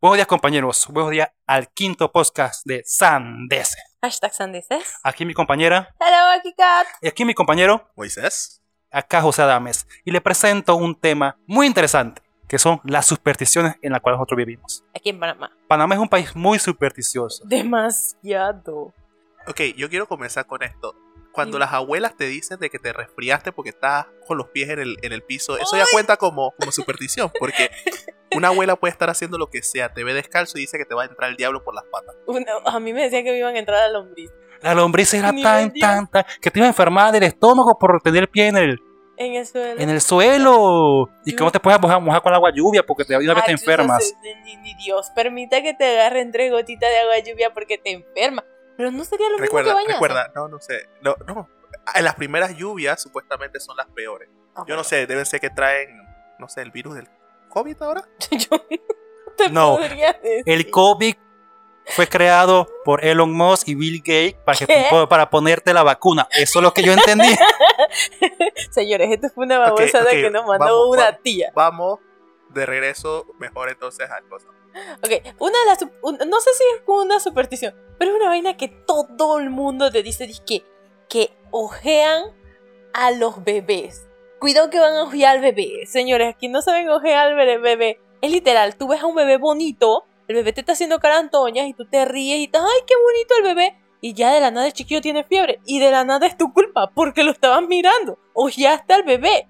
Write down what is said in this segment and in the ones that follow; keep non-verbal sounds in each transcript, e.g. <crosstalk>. Buenos días compañeros, buenos días al quinto podcast de Sandese. Hashtag Sandices. Aquí mi compañera Hello, aquí Kat. y aquí mi compañero, Moisés. acá José Adames, y le presento un tema muy interesante, que son las supersticiones en las cuales nosotros vivimos. Aquí en Panamá. Panamá es un país muy supersticioso. Demasiado. Ok, yo quiero comenzar con esto. Cuando Dime. las abuelas te dicen de que te resfriaste porque estás con los pies en el, en el piso, eso ya cuenta como, como superstición, porque una abuela puede estar haciendo lo que sea, te ve descalzo y dice que te va a entrar el diablo por las patas. Una- a mí me decían que me iban a entrar a lombriz. La lombriz era Ni tan, Dios. tan, tan, que te iba a enfermar del estómago por tener el pie en el, En el suelo. en el suelo y que no te puedes mojar, mojar con agua lluvia porque te, una vez te Ay, yo no enfermas. sé, Ni, ni Dios permita que te agarren tres gotitas de agua lluvia porque te enferma. Pero no sería lo Recuerda, mismo que bañarse. recuerda, no, no sé, no, no. En las primeras lluvias supuestamente son las peores. Ah, Yo no sé, deben ser que traen, no sé, el virus del COVID ahora. <laughs> Yo no te No. podría decir. El COVID fue creado por Elon Musk y Bill Gates para, ¿Qué? que, para ponerte la vacuna. Eso es lo que yo entendí. <laughs> <laughs> Señores, esto fue una babosada ok, que nos mandó vamos, una vamos. tía. Vamos de regreso mejor entonces al cosa. Ok, una de las. sup- un- no sé si es como una superstición, pero es una vaina que todo el mundo te dice: dice que, que ojean a los bebés. Cuidado que van a ojear al bebé. Señores, aquí no saben ojear al bebé- bebé. Es literal, tú ves a un bebé bonito, el bebé te está haciendo cara antoñas y tú te ríes y estás, ¡ay, qué bonito el bebé! Y ya de la nada el chiquillo tiene fiebre. Y de la nada es tu culpa porque lo estabas mirando. Ojeaste al bebé.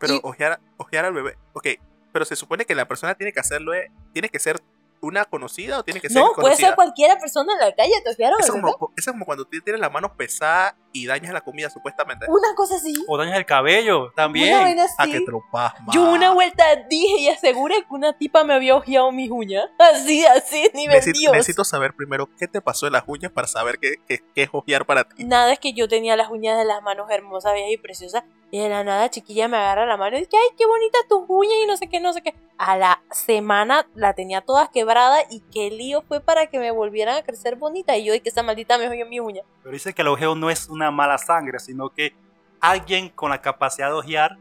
Pero Y- ojear, ojear al bebé. Ok, pero se supone que la persona tiene que hacerlo. eh, Tiene que ser una conocida o tiene que ser no, puede ser desconocida? cualquiera persona en la calle, te ojearon Eso al es, bebé. como, cu- eso es como cuando tú tienes las manos pesadas y dañas la comida, supuestamente. Una cosa así. O dañas el cabello Una también. vaina Ah, así. que tropas, Yo una vuelta dije y aseguré que una tipa me había ojeado mis uñas. <laughs> Así, así, ni necesito, Dios. necesito saber primero qué te pasó en las uñas para saber qué, qué- qué es ojear para ti. Nada es que yo tenía las uñas de las manos hermosas, bellas y preciosas. Y de la nada, chiquilla me agarra la mano y dice: ¡Ay, qué bonitas tus uñas! Y no sé qué, no sé qué. A la semana la tenía todas quebrada y qué lío fue para que me volvieran a crecer bonita. Y yo, y que esa maldita me ojeó mis uñas. Pero dice que el ojeo no es una mala sangre, sino que alguien con la capacidad de ojear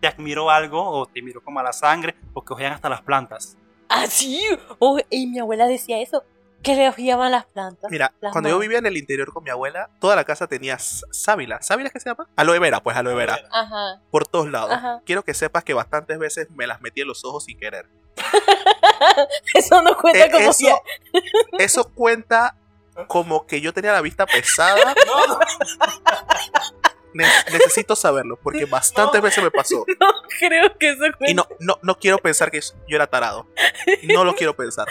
te admiró algo o te miró con mala sangre porque ojean hasta las plantas. Así. Oh, y mi abuela decía eso: que le ojeaban las plantas. Mira, Las cuando yo manos. vivía en el interior con mi abuela, toda la casa tenía s- sábila. ¿Sábila es que se llama? Aloe vera, pues aloe vera. Ajá. <laughs> Por todos lados. Ajá. Quiero que sepas que bastantes veces me las metí en los ojos sin querer. Eso no <laughs> cuenta Eh, como ojear. eso, eso cuenta como que yo tenía la vista pesada. Ne- necesito saberlo, porque bastantes veces me pasó. Creo que eso cuenta. Y no, no, no quiero pensar que yo era tarado. No lo quiero pensar.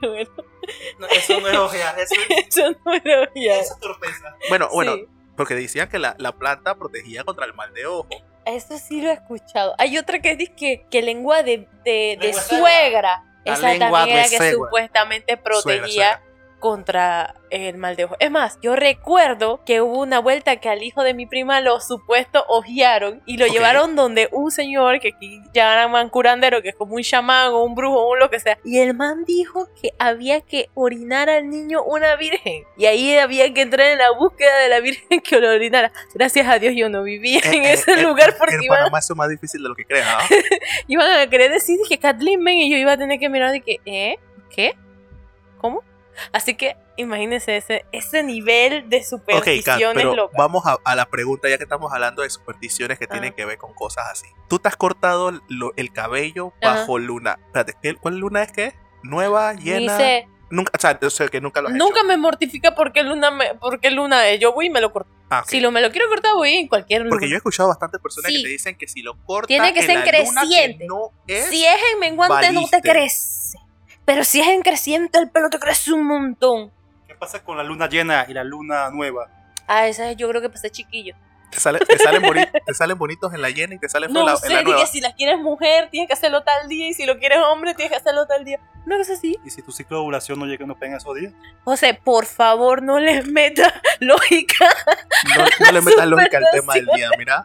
Bueno, <laughs> eso no es ojear, eso eso no era obviado. torpeza. Bueno, bueno, Sí, porque decían que la, la planta protegía contra el mal de ojo. eso sí lo he escuchado. Hay otra que dice que, que lengua de, de- de Lengua de suegra. La Esa lengua también de era que suegra. supuestamente protegía Suegra, suegra. contra el mal de ojo. Es más, yo recuerdo que hubo una vuelta que al hijo de mi prima lo supuesto ojearon y lo Ok. llevaron donde un señor que aquí llaman curandero, que es como un chamán o un brujo o un lo que sea. Y el man dijo que había que orinar al niño una virgen. Y ahí había que entrar en la búsqueda de la virgen <laughs> que lo orinara. Gracias a Dios yo no vivía en <laughs> Eh, eh, ese eh, lugar porque En iban, Panamá eso es más difícil de lo que creas. ¿ah? iban a querer decir que Kathleen ven y yo iba a tener que mirar de que, ¿eh? ¿Qué? ¿Cómo? Así que imagínense ese, ese nivel de Ok, Kat, supersticiones pero locas. vamos a, a la pregunta ya que estamos hablando de supersticiones que tienen Ah. que ver con cosas así. Tú te has cortado lo- el cabello Ajá. bajo luna. Espérate, ¿qué- ¿cuál luna es que es? Nueva, llena. Dice, Nunca, o sea, yo sé que nunca lo has nunca hecho. me mortifica porque luna me, porque luna es. Yo voy y me lo corto. Ah, ok. Si lo, me lo quiero cortar, voy en cualquier luna. Porque yo he escuchado bastantes personas Sí. que te dicen que si lo cortas Tiene que en ser la luna, que creciente. no es, Si es en menguante, no te valiste. crece. Pero si es en creciente, el pelo te crece un montón. ¿Qué pasa con la luna llena y la luna nueva? Ah, esa es- yo creo que pasé chiquillo. te, sale- te salen boni- te salen bonitos en la llena y te salen No en, la, en sé, la di nueva. que si las quieres mujer, tienes que hacerlo tal día. Y si lo quieres hombre, tienes que hacerlo tal día. Una cosa así. ¿Y si tu ciclo de ovulación no llega no pega esos días? José, por favor, no les <laughs> meta lógica. No, no le metas lógica al tema del día, mira.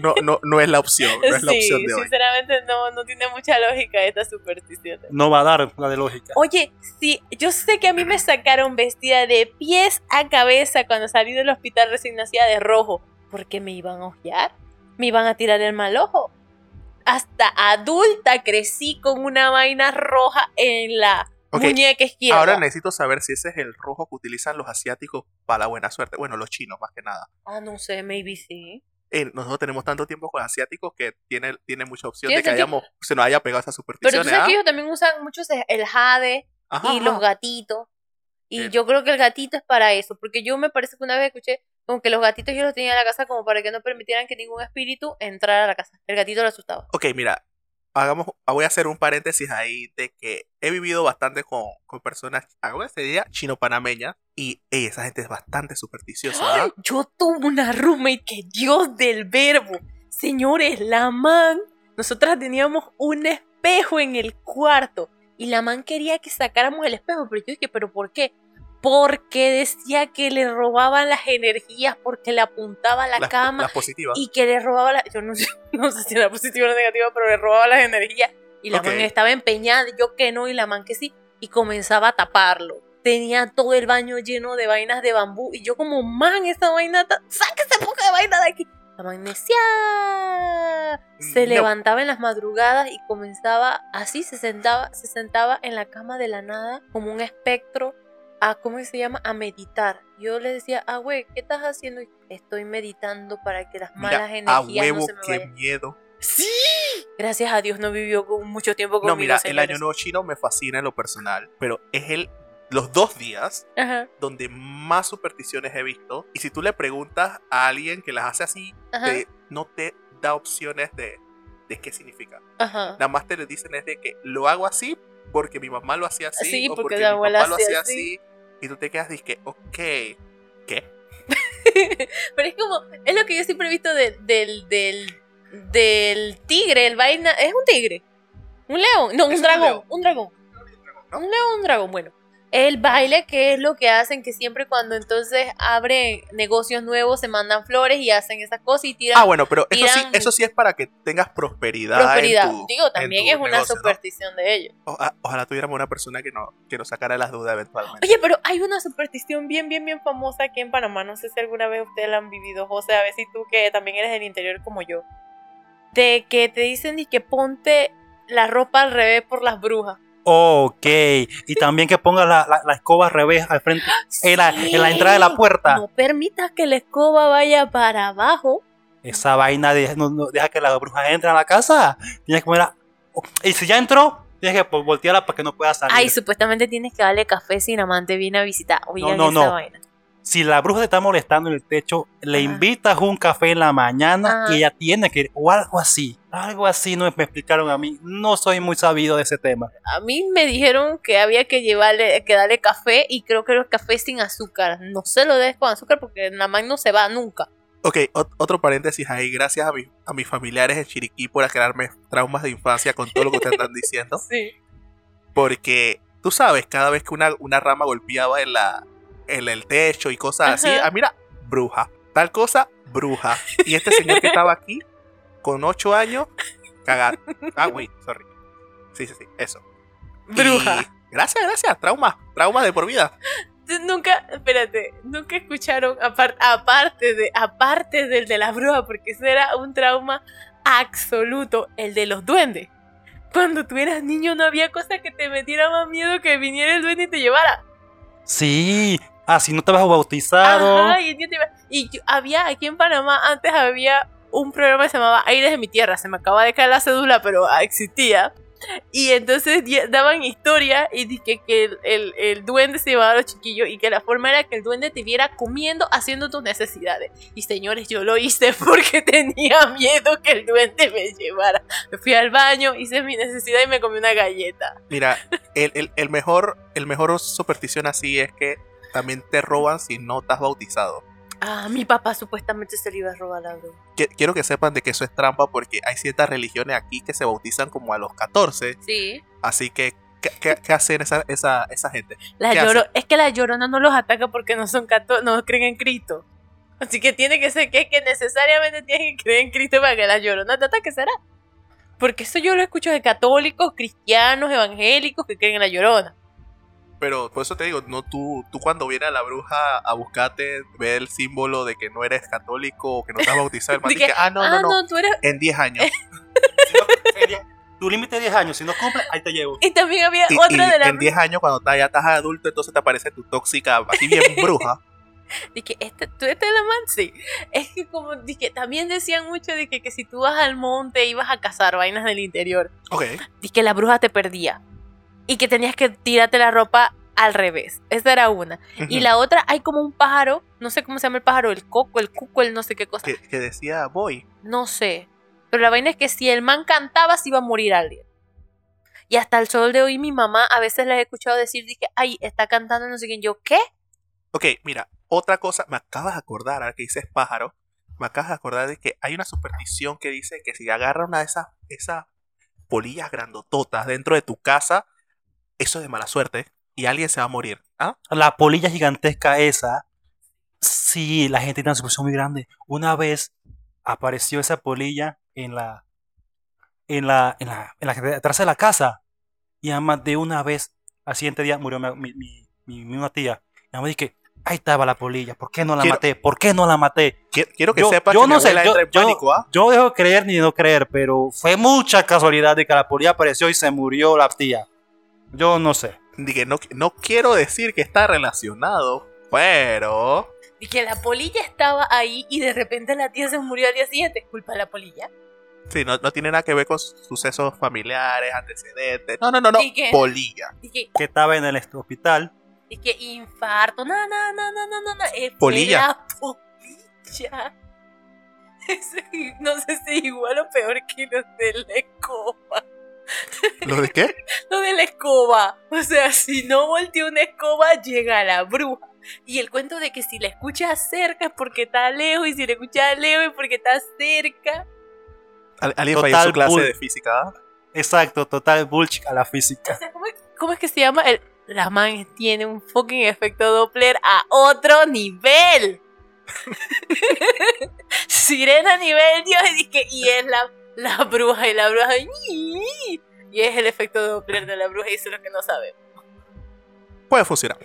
No, no, no es la opción, no es la sí, opción de hoy. sinceramente, no, no tiene mucha lógica esta superstición. No va a dar la de lógica. Oye, sí, yo sé que a mí me sacaron vestida de pies a cabeza cuando salí del hospital recién nacida de rojo, porque me iban a ojear, me iban a tirar el mal ojo. hasta adulta crecí con una vaina roja en la Ok, muñeca izquierda. Ahora necesito saber si ese es el rojo que utilizan los asiáticos para la buena suerte. Bueno, los chinos más que nada. Ah, no sé, maybe sí. Eh, nosotros tenemos tanto tiempo con asiáticos que tiene, tiene mucha opción Tiene de que sentido. hayamos, se nos haya pegado esa Pero superstición. "Ah, tú sabes que ellos también usan mucho ese- el jade y los gatitos. Y El- yo creo que el gatito es para eso, porque yo me parece que una vez escuché como que los gatitos yo los tenía en la casa como para que no permitieran que ningún espíritu entrara a la casa. El gatito lo asustaba. Ok, mira, hagamos, ah, voy a hacer un paréntesis ahí de que he vivido bastante con, con personas, hago ese día, chino-panameña, y ey, esa gente es bastante supersticiosa. ¿ah? ¿verdad? Yo tuve una roommate que Dios del verbo. Señores, la man, nosotras teníamos un espejo en el cuarto y la man quería que sacáramos el espejo, pero yo dije, pero ¿por qué? Porque decía que le robaban las energías, porque le apuntaba a la Las, cama las positivas. y que le robaba la, yo no sé, <laughs> no sé si era positiva o negativa, pero le robaba las energías y la Ok. man estaba empeñada, yo que no y la man que sí y comenzaba a taparlo. Tenía todo el baño lleno de vainas de bambú y yo como, "Man, esa vaina, ta- saca esa poca de vaina de aquí." La man decía, se No. levantaba en las madrugadas y comenzaba así se sentaba, se sentaba en la cama de la nada como un espectro a, ¿cómo se llama? A meditar. Yo le decía, ah, güey, ¿qué estás haciendo? Y, Estoy meditando para que las Mira, malas a energías huevo, no se me qué vayan. miedo. ¡Sí! Gracias a Dios no vivió con- mucho tiempo conmigo. No, mira, el señores. año nuevo chino me fascina en lo personal, pero es el, los dos días Ajá, donde más supersticiones he visto. Y si tú le preguntas a alguien que las hace así, ajá, te- no te da opciones de, de qué significa. ajá. Nada más te le dicen es de que lo hago así porque mi mamá lo hacía así. Sí, o porque porque, la mi abuela papá lo hacía hacía así. Y tú te quedas y que, ok, ¿qué? <laughs> Pero es como, es lo que yo siempre he visto de- del, del, del tigre, el vaina. Es un tigre. Un león. No, Es un un dragón. león. Un dragón. ¿no? Un león, un dragón. Bueno. El baile, que es lo que hacen, que siempre cuando entonces abren negocios nuevos, se mandan flores y hacen esas cosas y tiran Ah, bueno, pero eso sí, tiran- eso sí es para que tengas prosperidad. en prosperidad. tu- Digo, en también tu es una negocio, ¿no? superstición de ellos. Oja- ojalá tuviéramos una persona que, no, que nos sacara las dudas eventualmente. Oye, pero hay una superstición bien, bien, bien famosa aquí en Panamá. No sé si alguna vez ustedes la han vivido, José. A ver si tú que también eres del interior como yo. De que te dicen y que ponte la ropa al revés por las brujas. Ok, y también que ponga la, la- la escoba al revés al frente, en la, en la entrada de la puerta. No permitas que la escoba vaya para abajo. Esa vaina de, no, no, deja que las brujas entren a la casa. Tienes que poner la- Y si ya entró, tienes que pues, voltearla para que no pueda salir. Ay, supuestamente tienes que darle café sin amante viene a visitar. Oigan no, esa no. vaina. si la bruja te está molestando en el techo, le Ajá. invitas un café en la mañana Ajá. y ella tiene que ir, o algo así. Algo así no me explicaron a mí. No soy muy sabido de ese tema. A mí me dijeron que había que llevarle, que darle café y creo que era café sin azúcar. No se lo des con azúcar porque la man no se va nunca. Ok, ot- otro paréntesis ahí. Gracias a, mi- a mis familiares en Chiriquí por aclararme traumas de infancia con todo lo que ustedes <laughs> están diciendo. Sí. Porque tú sabes, cada vez que una, una rama golpeaba en, la, en el techo y cosas así, Ajá. ah, mira, bruja. Tal cosa, bruja. Y este señor que estaba aquí, con ocho años, cagar. Ah, güey, sorry. Sí, sí, sí, eso. Bruja. Y- gracias, gracias. Traumas, traumas de por vida. Entonces, Nunca, espérate, nunca escucharon apar- aparte de aparte del de las brujas porque ese era un trauma absoluto, el de los duendes. Cuando tú eras niño no había cosa que te metiera más miedo que viniera el duende y te llevara. Sí, así no te vas bautizado. Ajá, y, el día te iba- y yo- había aquí en Panamá, antes había un programa que se llamaba Aires de mi Tierra, se me acaba de caer la cédula, pero ah, existía. Y entonces di- daban historia y dije que el, el- el duende se llevaba a los chiquillos y que la forma era que el duende te viera comiendo, haciendo tus necesidades. Y señores, yo lo hice <laughs> porque tenía miedo que el duende me llevara. Me fui al baño, hice mi necesidad y me comí una galleta. Mira, el, el- el mejor, el mejor superstición así es que también te roban si no estás bautizado. Ah, mi papá supuestamente se le iba a robar la broma. Que- Quiero que sepan de que eso es trampa porque hay ciertas religiones aquí que se bautizan como a los 14. Sí. Así que, ¿qué, qué- qué hacen esa, esa, esa gente? La ¿Qué lloro, hacen? es que la llorona no los ataca porque no son cató- no creen en Cristo. Así que tiene que ser que, que necesariamente tienen que creer en Cristo para que la llorona te ataque, ¿será? Porque eso yo lo escucho de católicos, cristianos, evangélicos que creen en la llorona. Pero por eso te digo, no tú, tú cuando viene a la bruja a buscarte, ve el símbolo <laughs> de que no eres católico o que no estás bautizado, el man Dije, dice, ah, no, ah, <laughs> no, no, tú eres. en 10 años. tu límite de 10 años, si no cumples, ahí te llevo. Y también había Y, otra y de la en 10 años, cuando ta- ya estás adulto, entonces te aparece tu tóxica, así bien <laughs> bruja. Dije, este, ¿tú este es el amante? Es que como, dije, también decían mucho de que, que si tú vas al monte ibas a cazar vainas del interior. Ok. Dije que la bruja te perdía. Y que tenías que tirarte la ropa al revés. Esa era una. <laughs> Y la otra, hay como un pájaro, no sé cómo se llama el pájaro, el coco, el cuco, el no sé qué cosa. que, que decía, voy. No sé. Pero la vaina es que si el man cantaba, se iba a morir alguien. Y hasta el sol de hoy mi mamá a veces la he escuchado decir, dije, ay, está cantando no sé quién. Yo, ¿qué? Ok, mira, otra cosa, me acabas de acordar, ahora que dices pájaro, me acabas de acordar de que hay una superstición que dice que si agarra una de esas, esas polillas grandototas dentro de tu casa, eso es de mala suerte y alguien se va a morir. ¿Ah? La polilla gigantesca esa, sí, la gente tiene una superstición muy grande. Una vez apareció esa polilla en la, en la, en la, en la atrás de la casa. Y además de una vez, al siguiente día murió mi, mi, mi, mi- mi una tía. Y además dije, ahí estaba la polilla, ¿por qué no la Quiero- maté? ¿Por qué no la maté? Qui- Quiero que Yo- sepas yo que mi no sé, abuela yo- entra en yo- pánico, ¿ah? Yo dejo creer ni no creer, pero fue mucha casualidad de que la polilla apareció y se murió la tía. Yo no sé. Dije, no, no quiero decir que está relacionado, pero... Y que la polilla estaba ahí y de repente la tía se murió al día siguiente. Es Culpa de la polilla. Sí, no, no tiene nada que ver con su- sucesos familiares, antecedentes. No, no, no, no. ¿Y qué? Polilla. Dije, Que estaba en el hospital. que infarto. No, no, no, no, no, no. no. Eh, fue Polilla. La polilla. <laughs> Es- no sé si igual o peor que los de la escoba. ¿Lo de qué? Lo de la escoba. O sea, si no voltea una escoba, llega la bruja. Y el cuento de que si la escuchas cerca es porque está lejos y si la escuchas lejos es porque está cerca. Al- alguien Total falló su clase bull. de física. ¿ah? Exacto, total bullshit a la física. O sea, ¿cómo, cómo es que se llama? El, la man tiene un fucking efecto Doppler a otro nivel. <laughs> Sirena nivel Dios y dije, y es la, la bruja y la bruja. ñi. Y es el efecto Doppler de la bruja y eso es lo que no sabemos. <laughs> Puede funcionar.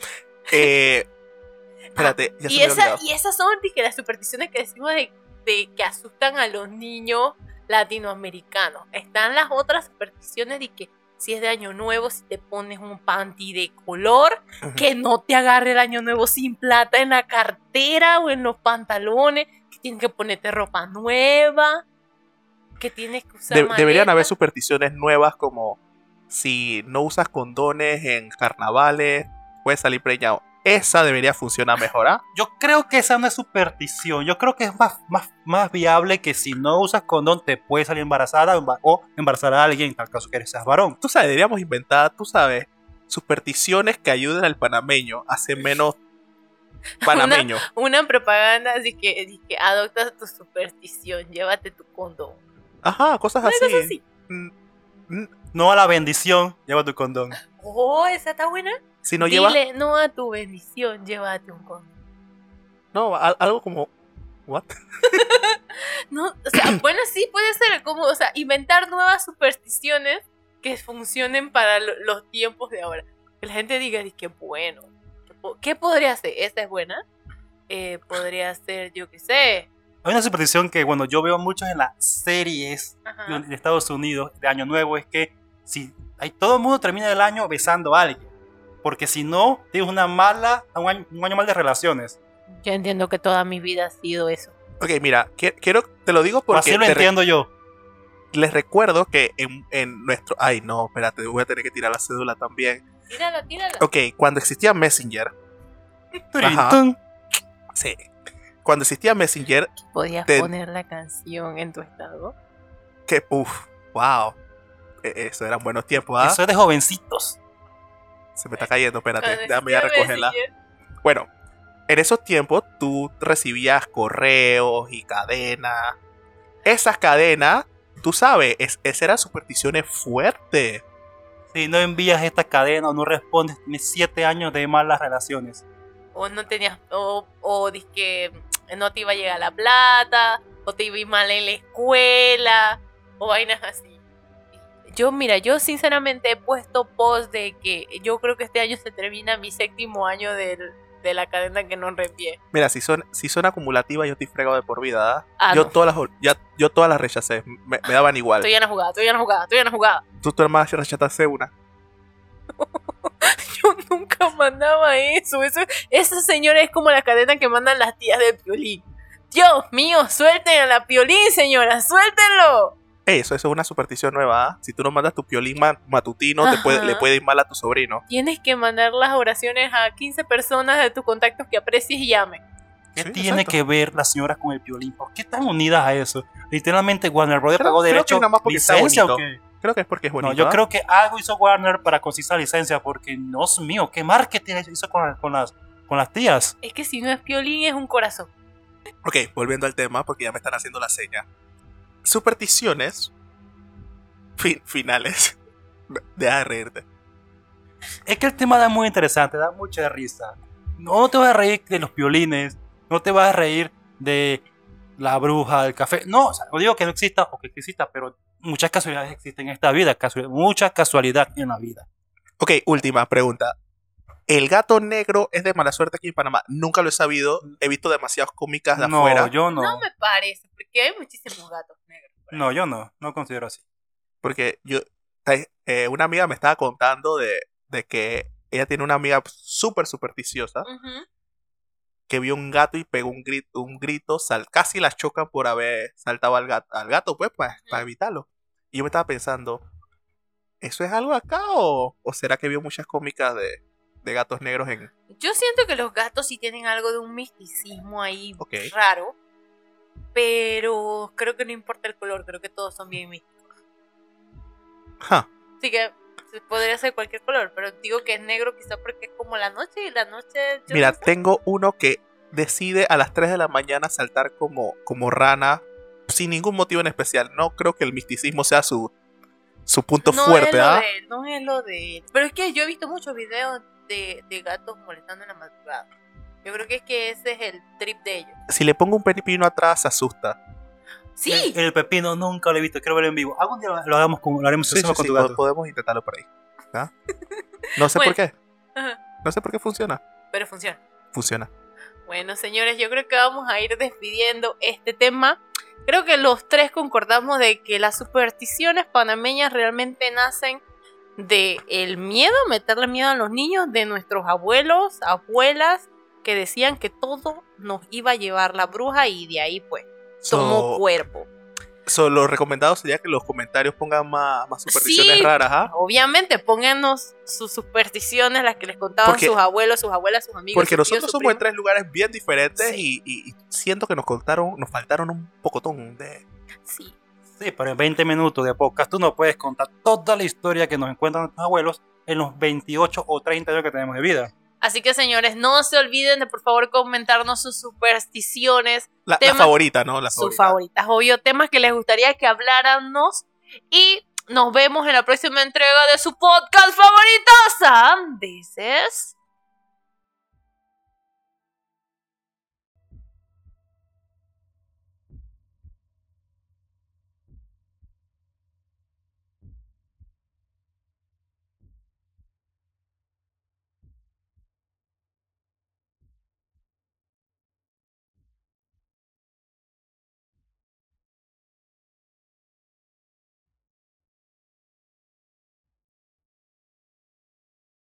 Eh, espérate, ya se Y, me había esa, olvidado. y esas son dije, las supersticiones que decimos de, de que asustan a los niños latinoamericanos. Están las otras supersticiones de que si es de año nuevo, si te pones un panty de color, Ujú. que no te agarre el año nuevo sin plata en la cartera o en los pantalones, que tienes que ponerte ropa nueva, que tienes que usar De- deberían maleta. haber supersticiones nuevas como si no usas condones en carnavales, puedes salir preñado. Esa debería funcionar mejor, ¿ah? Yo creo que esa no es superstición. Yo creo que es más, más, más viable que si no usas condón te puedes salir embarazada o emba- o embarazar a alguien en tal caso que eres- seas varón. Tú sabes, deberíamos inventar, tú sabes, supersticiones que ayuden al panameño a ser <laughs> menos panameño. Una propaganda así que, así que adoptas tu superstición, llévate tu condón. Ajá, cosas Una así. cosa así. Mm, No a la bendición, lleva tu condón. Oh, esa está buena. Si no llevas, Dile no a tu bendición, llévate un condón. no, al- algo como, ¿what? No, o <coughs> sea, bueno, sí, puede ser como, o sea, inventar nuevas supersticiones que funcionen para lo- los tiempos de ahora. Que la gente diga, que bueno, ¿qué po- ¿qué podría ser? ¿Esta es buena? Eh, podría ser, yo qué sé. Hay una superstición que, bueno, yo veo muchos en las series Ajá. de Estados Unidos de Año Nuevo es que si hay, todo el mundo termina el año besando a alguien. Porque si no, tienes una mala, un año, un año mal de relaciones. Yo entiendo que toda mi vida ha sido eso. Ok, mira, qui- quiero, te lo digo porque Así lo te re- entiendo yo. les recuerdo que en, en nuestro... Ay, no, espérate, voy a tener que tirar la cédula también. Tírala, tírala. Ok, cuando existía Messenger, Ajá. Tun. sí, cuando existía Messenger, Podías Te- poner la canción en tu estado. que, uff, wow, E- eso eran buenos tiempos, ¿ah? Eso es de jovencitos. Se me está cayendo, espérate, Cuando déjame ya existía recogerla. Messenger, Bueno, en esos tiempos tú recibías correos y cadenas. Esas cadenas, tú sabes, es- esas eran supersticiones fuertes. Si no envías esta cadena o no respondes, tienes siete años de malas relaciones. O no tenías, o, o que no te iba a llegar la plata, o te iba a ir mal en la escuela, o vainas así. Yo, mira, yo sinceramente he puesto post de que yo creo que este año se termina mi séptimo año del, de la cadena que nos reenvié. Mira, si son, si son acumulativas, yo estoy fregado de por vida. ¿ah? Ah, yo, no. todas las, ol- ya- yo todas las rechacé. Me, me daban igual. Estoy en la jugada, estoy en la jugada, estoy en la jugada. Tú, tu hermana, rechazaste una. <laughs> Yo nunca mandaba eso. eso esa señora es como la cadena que mandan las tías de Piolín. Dios mío, suelten a la Piolín, señora, suéltenlo. Ey, eso, eso es una superstición nueva. ¿ah? Si tú no mandas tu piolín ma- matutino, te puede- Ajá. le puede ir mal a tu sobrino. Tienes que mandar las oraciones a 15 personas de tus contactos que aprecies y llamen. ¿Qué Sí, tiene exacto. que ver las señoras con el violín? ¿Por qué están unidas a eso? Literalmente Warner Bros. Creo- pagó creo que derecho nada más porque está licencia o bonito. qué? Creo que es porque es bonito. No, yo ¿ah? creo que algo hizo Warner para conseguir esa licencia porque, Dios mío, qué marketing hizo con, con las, con las tías. Es que si no es Piolín, es un corazón. Ok, volviendo al tema, porque ya me están haciendo la seña. Supersticiones fin- finales. <laughs> Deja de ah, reírte. Es que el tema da muy interesante, da mucha risa. No te vas a reír de los violines, no te vas a reír de la bruja del café. No, o sea, no digo que no exista o que exista, pero muchas casualidades existen en esta vida, casual- mucha casualidad en la vida. Ok, última pregunta. El gato negro es de mala suerte aquí en Panamá. Nunca lo he sabido. He visto demasiadas cómicas de No, afuera. yo No. no. me parece, porque hay muchísimos gatos negros. No, yo no, no considero así. Porque yo, eh, una amiga me estaba contando de, de que ella tiene una amiga súper supersticiosa Ujú. que vio un gato y pegó un grito, un grito sal, casi la chocan por haber saltado al gato, al gato pues, para, para evitarlo. Y yo me estaba pensando, ¿eso es algo acá o, o será que vio muchas cómicas de, de gatos negros en... Yo siento que los gatos sí tienen algo de un misticismo ahí Ok. raro, pero creo que no importa el color, creo que todos son bien místicos. Ja, Así que se- podría ser cualquier color, pero digo que es negro quizá porque es como la noche y la noche... yo Mira, no sé. tengo uno que decide a las 3 de la mañana saltar como, como rana sin ningún motivo en especial. No creo que el misticismo sea su, su punto no fuerte, es lo ¿ah? de él, no es lo de él. Pero es que yo he visto muchos videos de, de gatos molestando en la madrugada. Yo creo que es que ese es el trip de ellos. Si le pongo un pepino atrás, se asusta. Sí, El, el pepino nunca lo he visto, quiero verlo en vivo. Algún día lo, lo hagamos con, lo haremos Sí, sí, hacemos con sí, tu po- gato. podemos intentarlo por ahí. <laughs> ¿ah? No sé Bueno. por qué. Ajá, No sé por qué funciona. pero funciona. funciona. Bueno, señores, yo creo que vamos a ir despidiendo este tema. Creo que los tres concordamos de que las supersticiones panameñas realmente nacen de el miedo, meterle miedo a los niños, de nuestros abuelos, abuelas, que decían que todo nos iba a llevar la bruja y de ahí pues tomó So, cuerpo. so, lo recomendado sería que los comentarios pongan más, más supersticiones Sí. raras, ¿ah? Obviamente, pónganos sus supersticiones, las que les contaban Porque- sus abuelos, sus abuelas, sus amigos. Porque sus tíos, sus nosotros somos en primos. tres lugares bien diferentes Sí. y, y- y siento que nos contaron, nos faltaron un pocotón de... Sí, Sí, pero en 20 minutos de podcast tú no puedes contar toda la historia que nos encuentran nuestros abuelos en los 28 o 30 años que tenemos de vida. Así que señores, no se olviden de por favor comentarnos sus supersticiones, La, la Tema- favorita, ¿no? La sus favorita. favoritas, obvio, temas que les gustaría que habláramos. Y nos vemos en la próxima entrega de su podcast favorito, Sandices.